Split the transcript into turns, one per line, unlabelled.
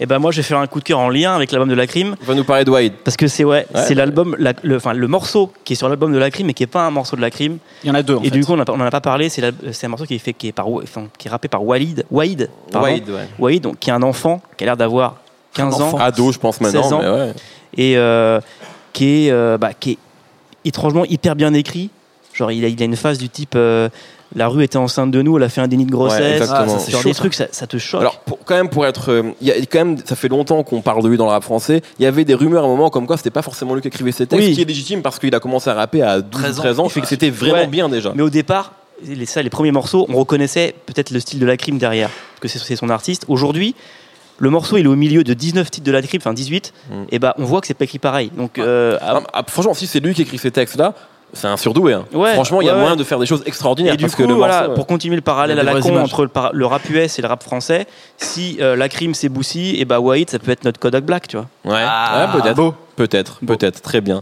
Et ben moi, je vais faire un coup de cœur en lien avec l'album de la crime.
On va nous parler de Wide.
Parce que c'est ouais,
Ouais.
c'est l'album, la- le, enfin le morceau qui est sur l'album de la crime et qui est pas un morceau de la crime.
Il y en a deux. En
et
fait.
du coup, on n'en a pas parlé. C'est la- c'est un morceau qui est fait, qui est par, enfin, qui est rappé par Walid, Waïd, pardon.
Wide, ouais.
Waïd, donc qui est un enfant qui a l'air d'avoir 15
Un
ans
enfant.
Ado, je pense
16 ans.
maintenant. Mais ouais.
et euh, qui est, euh, bah, qui est étrangement hyper bien écrit. Genre, il a, il a une phase du type euh, la rue était enceinte de nous, elle a fait un déni de
Ouais,
grossesse.
exactement.
Ah, ça,
Genre
c'est
des
chaud,
trucs, ça, ça te choque.
Alors, pour- quand même, pour être. euh, il y a quand même, ça fait longtemps qu'on parle de lui dans le rap français. Il y avait des rumeurs à un moment comme quoi c'était pas forcément lui qui écrivait ses textes,
Oui.
ce qui est légitime parce qu'il a commencé à rapper à 12, 13
13
ans.
ans.
fait que c'était vraiment
Ouais.
bien déjà.
Mais au départ, les, ça, les premiers morceaux, on reconnaissait peut-être le style de la crime derrière, parce que c'est- c'est son artiste. Aujourd'hui, le morceau, il est au milieu de 19 titres de la crime, enfin 18,
Mm.
et bah on voit que c'est pas écrit pareil. Donc, euh, ah,
Ah, ah, franchement, si c'est lui qui écrit ces textes-là, c'est un surdoué. hein.
Ouais,
franchement, il y a
ouais,
moyen
ouais.
de faire des choses extraordinaires
Et du
parce
coup,
que le
voilà,
morceau,
pour continuer le parallèle
Il y
à
a des
la
vraies
con
images.
entre le, par- le rap US et le rap français, si euh, la crime c'est Boussy, et bah White ça peut être notre Kodak Black, tu vois.
ouais. Ouais,
Ah,
peut-être. Peut-être, peut-être, très bien.